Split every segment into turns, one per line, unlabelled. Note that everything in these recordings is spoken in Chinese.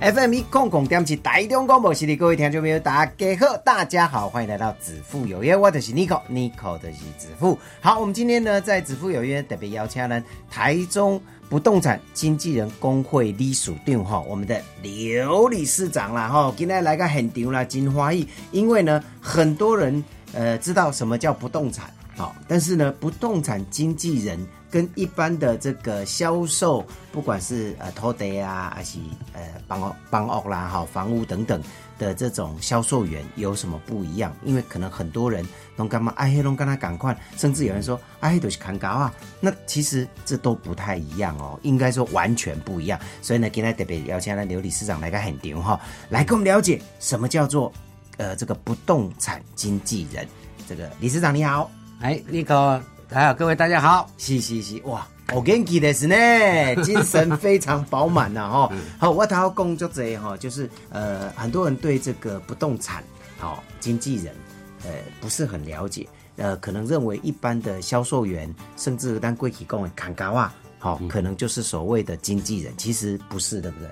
FM 一空空点起台中广播系列各位听众朋友，大家好，大家好，欢迎来到子父有约，我的是 Nico，Nico 的是子父。好，我们今天呢在子父有约特别邀请人台中不动产经纪人工会理事长哈，我们的刘理事长啦哈，今天来个很牛啦，金花艺，因为呢很多人呃知道什么叫不动产。好，但是呢，不动产经纪人跟一般的这个销售，不管是呃投地啊，还是呃房房屋啦、哈房屋等等的这种销售员有什么不一样？因为可能很多人弄干嘛，哎黑弄干他赶快，甚至有人说哎都是砍高啊，那其实这都不太一样哦，应该说完全不一样。所以呢，今天特别邀请了刘理事长来个很牛哈，来跟我们了解什么叫做呃这个不动产经纪人。这个理事长你好。
哎，那个，还哎有各位大家好，
是是是，哇，我跟你的是 呢，精神非常饱满呐哈。好，我头工作者哈，就是呃，很多人对这个不动产好、经纪人呃不是很了解，呃，可能认为一般的销售员，甚至当贵企工砍高啊，好、可能就是所谓的经纪人，其实不是，对不对？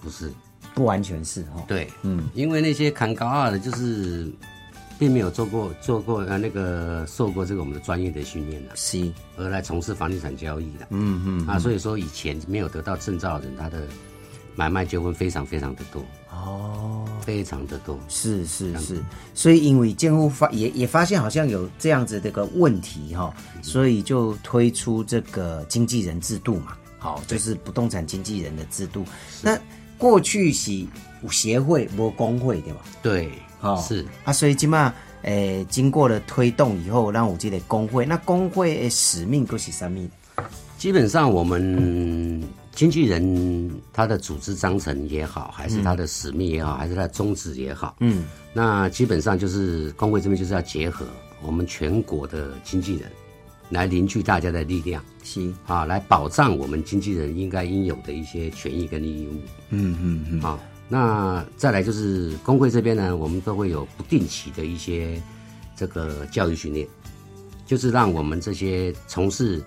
不是，
不完全是哈。
对，
嗯，
因为那些砍高啊二的，就是并没有做过做过呃那个受过这个我们的专业的训练啊，
是，
而来从事房地产交易的、
嗯嗯，
啊，所以说以前没有得到证照的人，他的买卖纠纷非常非常的多，
哦。
非常的多。
是是是，所以因为监护发也也发现好像有这样子的一个问题哈、所以就推出这个经纪人制度嘛，好，就是不动产经纪人的制度。那过去是有协会无工会对吧？
对，
哦
是
啊，所以起码诶，经过了推动以后，让我记得工会，那工会的使命都是什么？
基本上我们经纪人他的组织章程也好，还是他的使命也好，还是他的宗旨也好，
嗯，
那基本上就是工会这边就是要结合我们全国的经纪人，来凝聚大家的力量
是，
啊，来保障我们经纪人应该应有的一些权益跟义务
嗯嗯嗯，
啊。那再来就是工会这边呢，我们都会有不定期的一些这个教育训练，就是让我们这些从事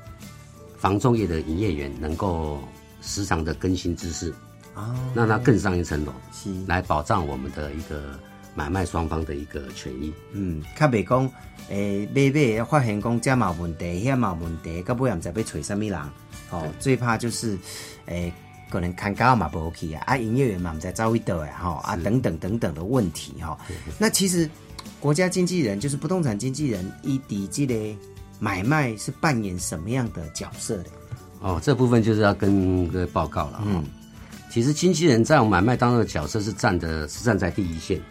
房仲业的营业员能够时常的更新知识，
哦，
让它更上一层楼，
是，
来保障我们的一个买卖双方的一个权益。
嗯，较袂讲诶，买买发现讲这嘛有问题，遐嘛有问题，到尾也毋知要找啥物人。哦，最怕就是诶、可能看高嘛不好去啊，啊，营业员嘛毋知走去倒诶吼，啊，等等等等的问题吼、那其实国家经纪人就是不动产经纪人，伊伫即个买卖是扮演什么样的角色的？
哦，这部分就是要跟各位报告了。嗯，其实经纪人在我们买卖当中的角色是站的是站在第一线，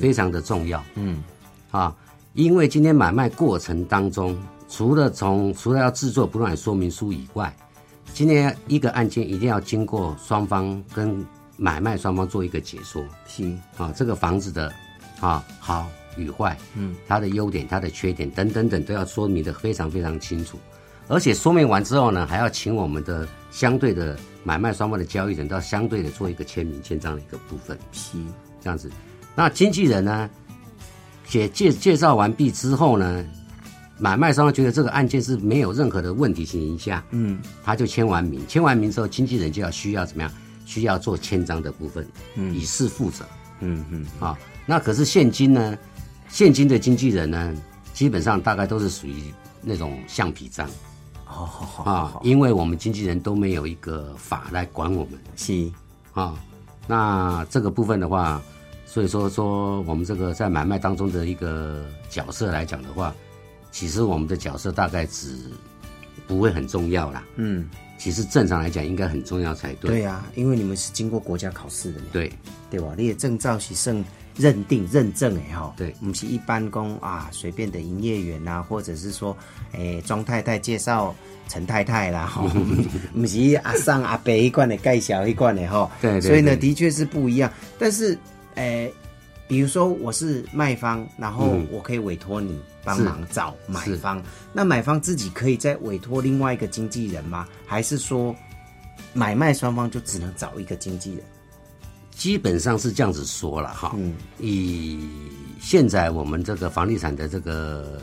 非常的重要。
嗯，
啊，因为今天买卖过程当中，除了从除了要制作不动产说明书以外，今天一个案件一定要经过双方跟买卖双方做一个解说。
是，
啊，这个房子的啊好与坏，嗯，它的优点、它的缺点等等等都要说明的非常非常清楚。而且说明完之后呢，还要请我们的相对的买卖双方的交易人，都要相对的做一个签名签章的一个部分，
是，
这样子。那经纪人呢，写介介绍完毕之后呢，买卖双方觉得这个案件是没有任何的问题情形下，
嗯
他就签完名，签完名之后，经纪人就要需要怎么样？需要做签章的部分，嗯，以示负责。
嗯嗯，
啊。那可是现金呢？现金的经纪人呢，基本上大概都是属于那种橡皮章
好好好好
啊，
好，
因为我们经纪人都没有一个法来管我们
是，
啊。那这个部分的话，所以说说我们这个在买卖当中的一个角色来讲的话，其实我们的角色大概只不会很重要啦。
嗯，
其实正常来讲应该很重要才对。
对啊，因为你们是经过国家考试的呢。
对
对吧？你的证照是算认定认证的吼，
对
不是一般工啊随便的营业员啊，或者是说，诶、庄太太介绍陈太太啦， 吼，不是阿桑阿伯一贯的介绍一贯的吼，
对对
所以呢，
对
的确是不一样，但是，诶、比如说我是卖方，然后
嗯
我可以委托你帮忙找买
是
方，那买方自己可以再委托另外一个经纪人吗？还是说买卖双方就只能找一个经纪人？
基本上是这样子说了哈。
嗯
以现在我们这个房地产的这个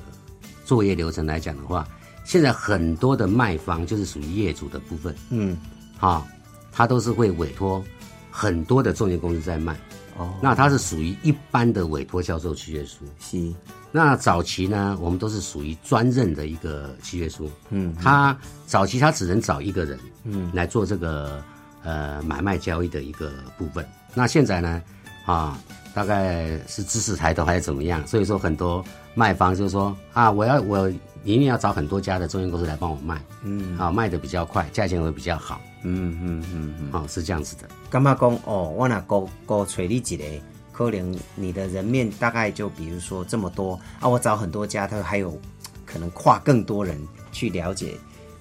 作业流程来讲的话，现在很多的卖方就是属于业主的部分，
嗯，
哈，他啊都是会委托很多的中介公司在卖。
哦，
那它是属于一般的委托销售契约书。
是，
那早期呢，我们都是属于专任的一个契约书。
嗯，
他早期他只能找一个人，嗯，来做这个呃买卖交易的一个部分。那现在呢，啊，大概是知识抬头还是怎么样，所以说很多卖方就是说啊，我要我宁愿要找很多家的中介公司来帮我卖，嗯，啊，卖的比较快，价钱会比较好，
嗯嗯嗯嗯，
啊，是这样子的。
干嘛讲哦？我那高高锤你几嘞？可能你的人面大概就比如说这么多啊，我找很多家，他还有可能跨更多人去了解，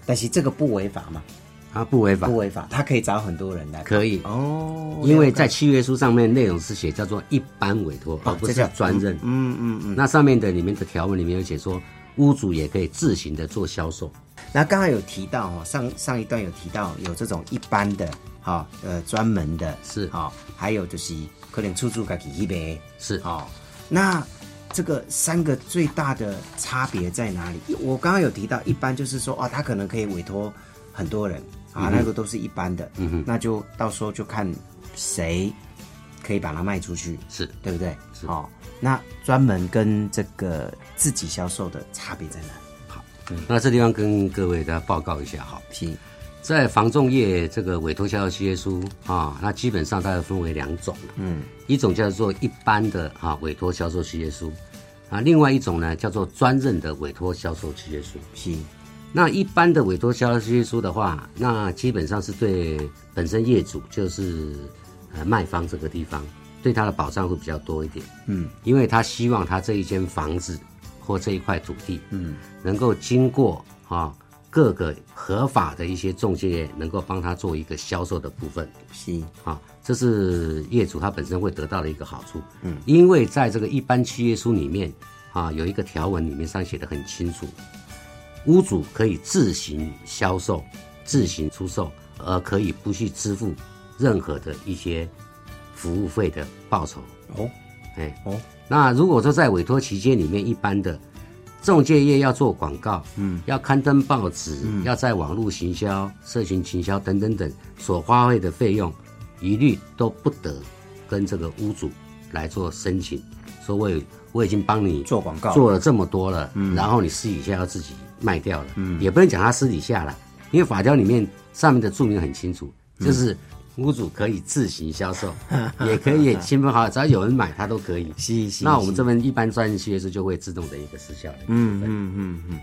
但是这个不违法嘛？
啊，不违法
不，违法，他可以找很多人来。
可以。
哦，
因为在契约书上面内容是写叫做一般委托，而不
哦这
是
叫
专任。
嗯嗯嗯。
那上面的里面的条文里面有写说，屋主也可以自行的做销售。
那刚才有提到哦，上上一段有提到有这种一般的，哈、呃，专门的，
是
哈、还有就是可能出租自己一呗，
是
哦。那这个三个最大的差别在哪里？我刚刚有提到，一般就是说哦，他可能可以委托很多人
嗯
啊，那个都是一般的，嗯哼，那就到时候就看谁可以把它卖出去，
是
对不对？
是
哦，那专门跟这个自己销售的差别在哪里？
哦那这地方跟各位大家报告一下哈，
是，
在房仲业这个委托销售契约书啊，那基本上大概分为两种，
嗯。
一种叫做一般的啊委托销售契约书，啊，另外一种呢叫做专任的委托销售契约书。
是，
那一般的委托销售契约书的话，那基本上是对本身业主就是呃卖方这个地方对他的保障会比较多一点，
嗯，
因为他希望他这一间房子或这一块土地，
嗯，
能够经过啊各个合法的一些中介能够帮他做一个销售的部分，
是，
啊，这是业主他本身会得到的一个好处。嗯，因为在这个一般契约书里面啊，有一个条文里面上写的很清楚，屋主可以自行销售、自行出售，而可以不去支付任何的一些服务费的报酬。
哦，
哎，
哦，
那如果说在委托期间里面，一般的中介业要做广告，嗯，要刊登报纸，要在网络行销、社群行销等等等，所花费的费用，一律都不得跟这个屋主来做申请，说我有我已经帮你
做广告
做了这么多了，
嗯
然后你私底下要自己卖掉了，嗯，也不能讲他私底下了，因为法条里面上面的注明很清楚，
嗯
就是。屋主可以自行 销售，也可以亲朋好友，只要有人买，他都可以。
是是
那我们这边一般专业契约书就会自动的一个失效的。
嗯嗯嗯嗯，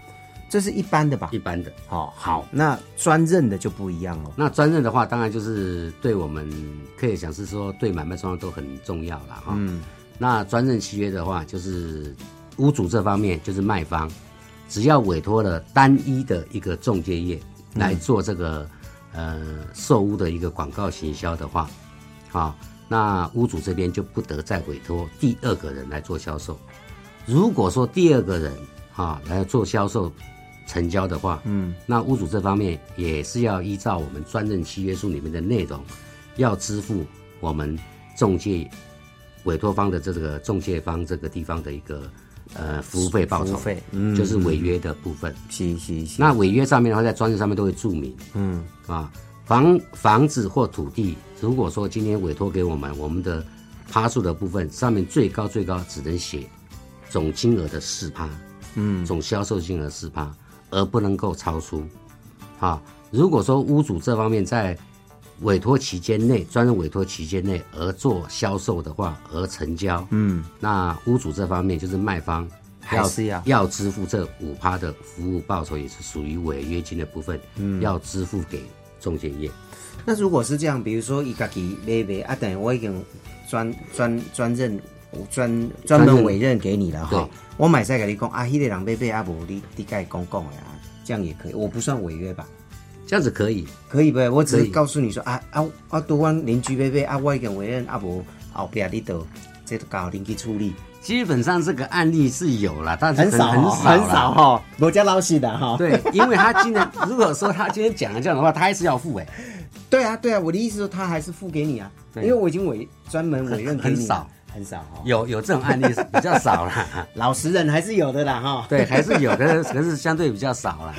这是一般的吧
一？般的。
好、
好，
那专任的就不一样哦。
那专任的话，当然就是对我们可以讲是说对买卖双方都很重要了哈。嗯，那专任契约的话，就是屋主这方面就是卖方，只要委托了单一的一个中介业来做这个、呃售屋的一个广告行销的话，啊，那屋主这边就不得再委托第二个人来做销售。如果说第二个人啊来做销售成交的话，嗯，那屋主这方面也是要依照我们专任契约书里面的内容，要支付我们中介委托方的这个中介方这个地方的一个呃服务费报酬
服务费嗯
就是违约的部分。
是是是，
那违约上面的话，在专任上面都会注明，
嗯
啊，房房子或土地，如果说今天委托给我们，我们的趴数的部分上面最高最高只能写总金额的四趴，嗯，总销售金额四趴，而不能够超出。啊，如果说屋主这方面在委托期间内，专任委托期间内而做销售的话，而成交，
嗯，
那屋主这方面就是卖方
还是要
要支付这五趴的服务报酬，也是属于违约金的部分，
嗯
要支付给中介业。
那如果是这样，比如说伊家己买卖啊，等于我已经专专专任专专门委任给你了哈
对。
我买菜给你讲啊，迄、个人买买啊，无你你该公共的啊，这样也可以，我不算违约吧？
这样子可以，
可以不？我只
可
是
以
告诉你说啊啊啊，多阮邻居买买啊，我已经委任啊，无后壁你都这这都搞零去处理，
基本上这个案例是有啦，但是
很少
很
哦
少啦
很少。哈，我家老实的哈。
对，因为他今天如果说他今天讲了这样的话，他还是要付哎、
对啊对啊，我的意思说他还是付给你啊，因
对
为我已经委专门委任给你
很少
很少哈，
有有这种案例是比较少啦。
老实人还是有的啦哈。
对，还是有，可是可是相对比较少 啦。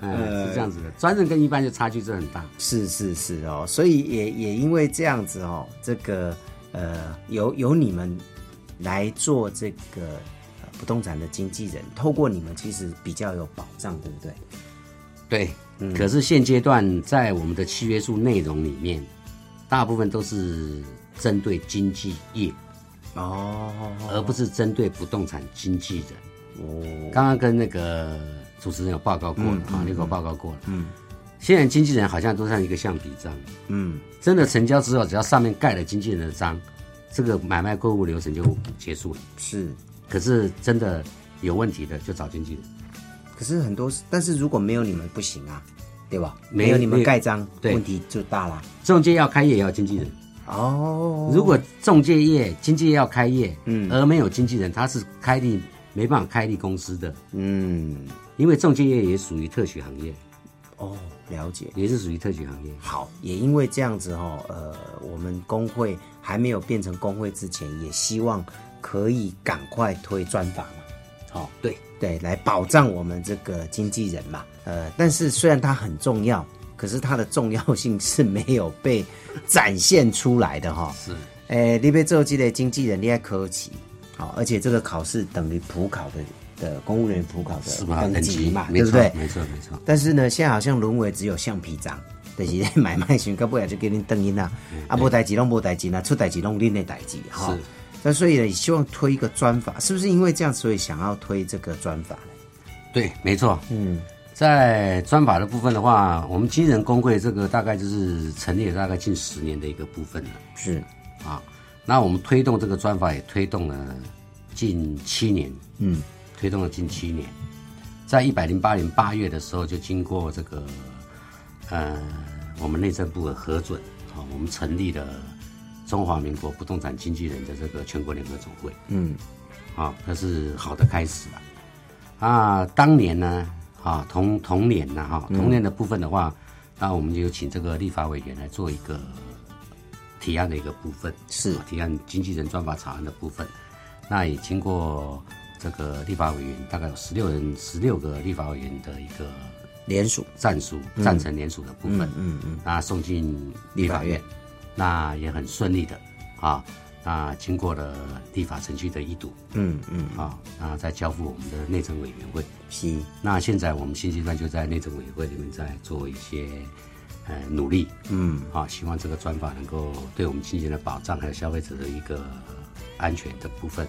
嗯，
呃
是这样子的，专任跟一般就差距是很大。
是是是哦，所以也也因为这样子哦，这个呃，由由你们来做这个、呃、不动产的经纪人，透过你们其实比较有保障，对不对？
对，嗯可是现阶段在我们的契约书内容里面，大部分都是针对经纪业，
哦
而不是针对不动产经纪人。
哦，
刚刚跟那个主持人有报告过了啊，你给我报告过了。嗯，现在经纪人好像都像一个橡皮章，
嗯，
真的成交之后，只要上面盖了经纪人的章，这个买卖购物流程就结束了。
是。
可是真的有问题的，就找经纪人。
可是很多，但是如果没有你们不行啊，对吧？
没
没有你们
没
盖章，
对
问题就大啦。
中介要开业也要经纪人，
哦，
如果中介业、经纪业要开业，
嗯
而没有经纪人，他是开立没办法开立公司的，
嗯，
因为中介业也属于特许行业，
哦，了解。
也是属于特许行业。
好，也因为这样子哦，呃，我们工会还没有变成工会之前，也希望可以赶快推专法嘛，好、
对
对，来保障我们这个经纪人嘛，呃，但是虽然它很重要，可是它的重要性是没有被展现出来的哈、
是
诶、你被做这个经纪人，你要科级，好，而且这个考试等于普考的的公务人员普考
是
的
吧？
等级嘛，
没
对不
错，
对？
没错，没错。
但是呢，现在好像沦为只有橡皮章，就是在 买卖时，到尾也啊就给恁登音啦，啊，无代志拢无代志啦，出代志拢恁的代志哈
是。
那所以呢，希望推一个专法，是不是因为这样，所以想要推这个专法呢？
对，没错。
嗯，
在专法的部分的话，我们经纪人工会这个大概就是成立了大概近十年的一个部分了
是，
啊。那我们推动这个专法也推动了近七年，
嗯，
推动了近七年，在一百零八年八月的时候，就经过这个呃我们内政部的核准，啊，我们成立了中华民国不动产经纪人的这个全国联合总会，
嗯，
啊，那是好的开始了。啊，当年呢，啊同同年呢，哈、同年的部分的话，那我们就请这个立法委员来做一个提案的一个部分，
是
啊提案经纪人专法草案的部分。那也经过这个立法委员大概有十六人，十六个立法委员的一个
联署，
战书赞成联署的部分，
嗯嗯，
那送进立法院，那也很顺利的啊。那经过了立法程序的一读，
嗯嗯，
啊，那再交付我们的内政委员会。
是，
那现在我们新阶段就在内政委员会里面在做一些呃努力，
嗯，
啊，希望这个专法能够对我们经纪人的保障还有消费者的一个安全的部分，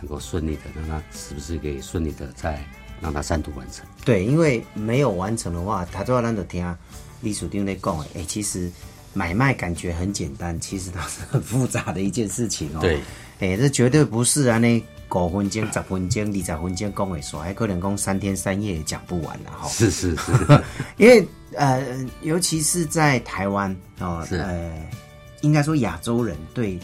能够顺利的让它是不是可以顺利的再让它三读完成？
对，因为没有完成的话，他都要咱就听啊李署长在讲的，哎、其实买卖感觉很简单，其实它是很复杂的一件事情哦。
对
哎、这绝对不是啊，那五分钟、十分钟、二十分钟讲的说，还可能讲三天三夜也讲不完了哈、
是 是是，
因为呃，尤其是在台湾哦，
是
呃，应该说亚洲人对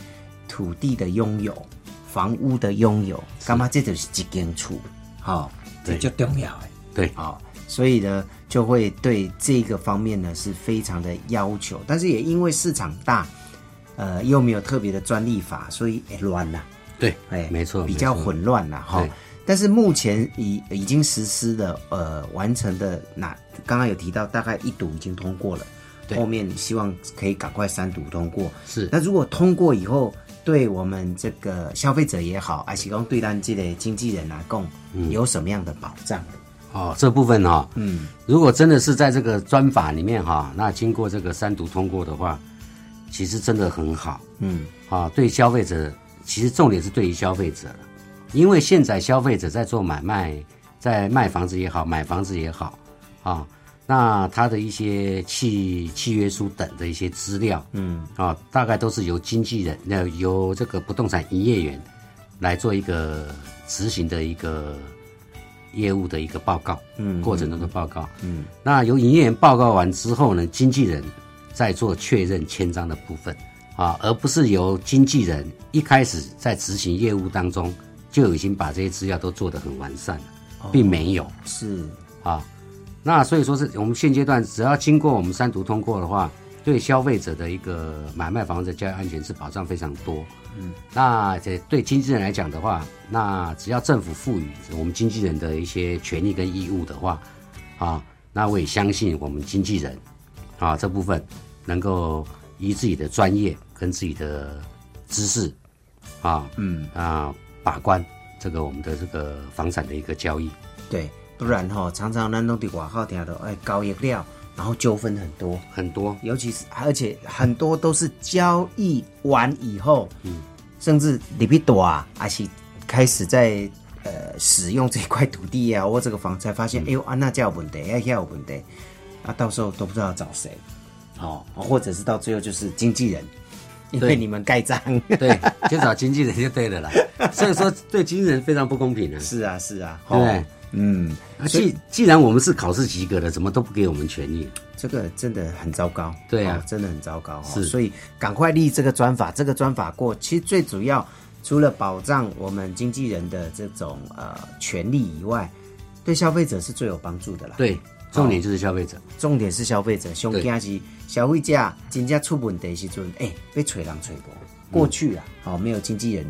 土地的拥有、房屋的拥有，干嘛这就是一间厝，好、这
对
就重要哎。
对，
啊、所以呢，就会对这个方面呢是非常的要求，但是也因为市场大，呃，又没有特别的专利法，所以哎乱了，
对，
哎，
没错，
比较
没错
混乱了哈
对。
但是目前已已经实施的，呃，完成的那刚刚有提到，大概一读已经通过了，
对
后面希望可以赶快三读通过。
是
那如果通过以后，对我们这个消费者也好，还是讲对咱这个经纪人来讲，
嗯
有什么样的保障？
哦，这部分哈、
嗯，
如果真的是在这个专法里面哈、那经过这个三读通过的话，其实真的很好
嗯，
啊。对消费者，其实重点是对于消费者了，因为现在消费者在做买卖，在卖房子也好，买房子也好啊，那他的一些契契约书等的一些资料，
嗯，
啊，大概都是由经纪人，那、由这个不动产营业员来做一个执行的一个业务的一个报告，嗯，过程中的报告，嗯，那由营业员报告完之后呢，经纪人再做确认签章的部分，啊，而不是由经纪人一开始在执行业务当中就已经把这些资料都做得很完善了，并没有
是
啊。那所以说是我们现阶段只要经过我们三读通过的话，对消费者的一个买卖房子的交易安全是保障非常多。嗯，那这对经纪人来讲的话，那只要政府赋予我们经纪人的一些权利跟义务的话，啊，那我也相信我们经纪人啊这部分能够依自己的专业跟自己的知识啊，嗯啊把关这个我们的这个房产的一个交易。
对，不然哈、常常咱都伫外口听到，哎，交易了，然后纠纷很多，
很多
尤其是而且很多都是交易完以后，
嗯
甚至你被躲啊，还是开始在呃使用这块土地啊或这个房，才发
嗯
现、哎呦啊那这有问题，哎那有问题，啊到时候都不知道找谁，哦，或者是到最后就是经纪人，因为
对
你们盖章，
对，就找经纪人就对了啦。所以说对经纪人非常不公平啊。
是啊是啊，
对不对
哦，嗯，
啊
所以
既既然我们是考试及格的，怎么都不给我们权益？
这个真的很糟糕，
对啊
哦真的很糟糕、哦。
是
所以赶快立这个专法，这个专法过，其实最主要除了保障我们经纪人的这种呃权利以外，对消费者是最有帮助的啦。，
对，重点就是消费者。
重点是消费者，胸
对
惊是消费者真正出问题的时阵，哎、被吹人吹过。
嗯
过去啊，哦，没有经纪人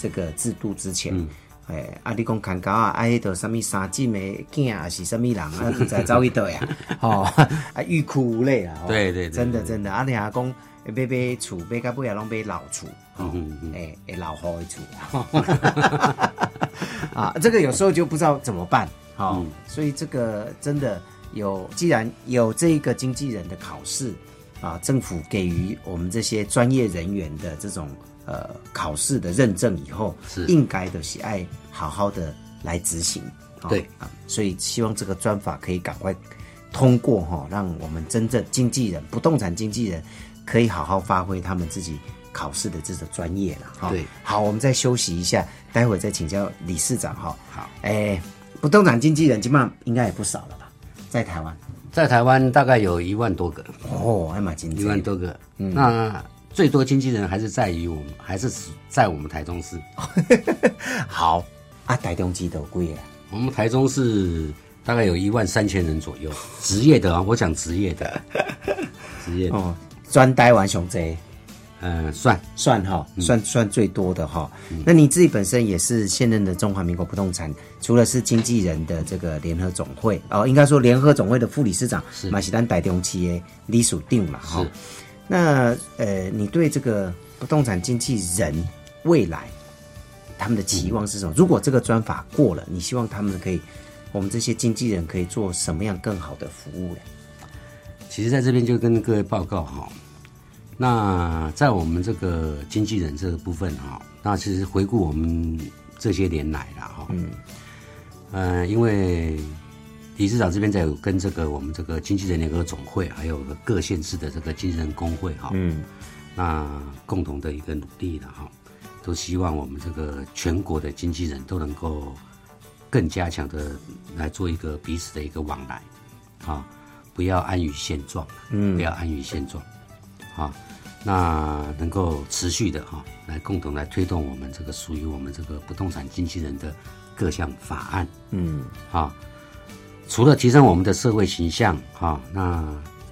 这个制度之前。
嗯
哎，啊！你讲砍狗啊，啊，迄个什物三姊妹囝啊，还是什物人 啊，毋知走去倒呀？ 吼、啊，欲哭无泪啊！吼
对对对
真的
对
真的，啊，你阿讲买买厝，买到尾啊，拢买老厝，吼、
嗯
哎、会老好的厝啊。啊，这个有时候就不知道怎么办，好、
嗯
所以这个真的有，既然有这个经纪人的考试啊，政府给予我们这些专业人员的这种呃考试的认证以后，
是
应该的喜爱好好的来执行，啊
对
啊，所以希望这个专法可以赶快通过哈、让我们真正经纪人、不动产经纪人可以好好发挥他们自己考试的这个专业了哈、
对
好，我们再休息一下，待会再请教理事长哈、
好，
哎，不动产经纪人基本上应该也不少了吧，在台湾
在台湾大概有一万多个，
哦，还蛮经济
一万多个。
嗯
那最多经纪人还是在于我们，还是在我们台中市。
好啊，台中基都贵啊，
我们台中市大概有一万三千人左右，职业的啊，我讲职 业的，职业的，
哦，专呆玩熊贼。
嗯，算
算哈，
嗯
算算最多的哈。那你自己本身也是现任的中华民国不动产，除了是经纪人的这个联合总会哦，应该说联合总会的副理事长
是
马喜丹台中企业隶属定嘛哈
是。
那呃，你对这个不动产经纪人未来他们的
嗯
期望是什么？如果这个专法过了，你希望他们可以，我们这些经纪人可以做什么样更好的服务呢？
其实在这边就跟各位报告哈、那在我们这个经纪人这个部分哈、那其实回顾我们这些年来了哈、嗯，呃，因为理事长这边在有跟这个我们这个经纪人联合总会，还有各县市的这个经纪人工会哈、嗯，那共同的一个努力了哈、都希望我们这个全国的经纪人都能够更加强的来做一个彼此的一个往来，啊，不要安于现状，嗯，不要安于现状，啊，那能够持续的哈、来共同来推动我们这个属于我们这个不动产经纪人的各项法案，嗯，啊，除了提升我们的社会形象，哈、那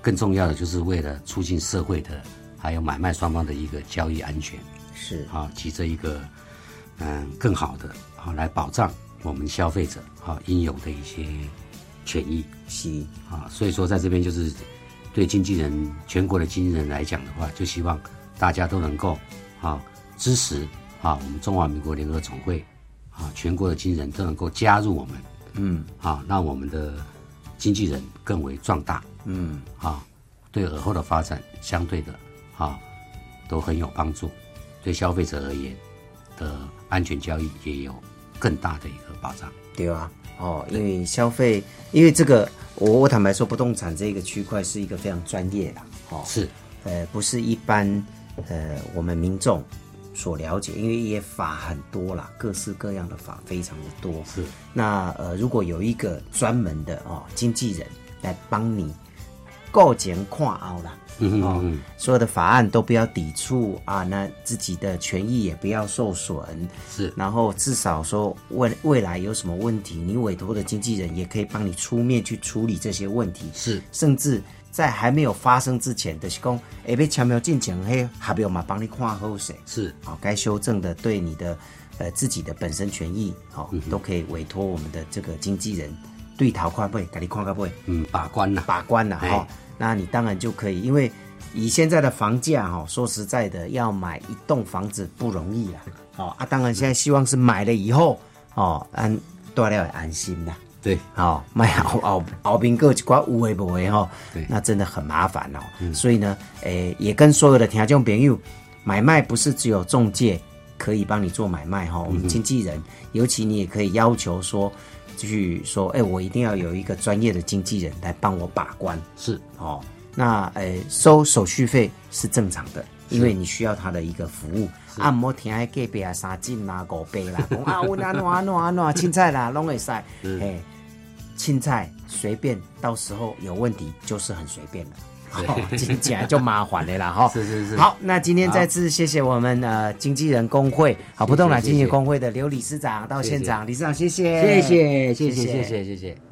更重要的就是为了促进社会的还有买卖双方的一个交易安全，
是
啊，起着一个嗯更好的啊来保障我们消费者啊应有的一些权益
是
啊，所以说在这边就是对经纪人全国的经纪人来讲的话，就希望大家都能够啊支持啊我们中华民国联合总会啊全国的经纪人都能够加入我们，嗯，啊让我们的经纪人更为壮大，嗯，啊对而后的发展相对的啊都很有帮助，对消费者而言的安全交易也有更大的一个保障。
对啊，哦，因为消费，因为这个，我我坦白说，不动产这个区块是一个非常专业的，哦，
是
呃，不是一般呃我们民众所了解，因为也法很多啦，各式各样的法非常的多。
是，
那呃，如果有一个专门的哦经纪人来帮你够前看后啦。
嗯哼
哦
嗯哼，
所有的法案都不要抵触啊，那自己的权益也不要受损，
是
然后至少说未未来有什么问题，你委托的经纪人也可以帮你出面去处理这些问题，
是
甚至在还没有发生之前，就是讲，哎，被签苗进前嘿，还没有嘛帮你看好谁，
是，
好、该修正的对你的呃自己的本身权益，好、都可以委托我们的这个经纪人对逃看不会，给你看看不会。
嗯，把关呐、
把关了哈、
哎
那你当然就可以，因为以现在的房价哈、说实在的，要买一栋房子不容易啦。哦啊，当然现在希望是买了以后哦，安住了也安心啦。
对，
哦，卖熬熬熬冰过一寡有诶无诶吼
对，
那真的很麻烦哦。所以呢，诶、也跟所有的听众朋友，买卖不是只有中介可以帮你做买卖哈、我们经纪人，尤其你也可以要求说，就是说，哎、我一定要有一个专业的经纪人来帮我把关
是
哦。那呃，收手续费是正常的，因为你需要他的一个服务。啊，毋好听迄隔壁啊三斤啦、五百啦，讲啊，阮安怎安怎安怎凊彩啦，拢会 使。嘿，青菜随便，到时候有问题就是很随便了。 哦，听起来就麻烦了啦，哈、
是是是
好，那今天再次谢谢我们呃经纪人工会好不动产
谢谢
经纪
谢谢
工会的刘理事长到现场，理事长谢谢，
谢谢谢谢谢谢谢谢。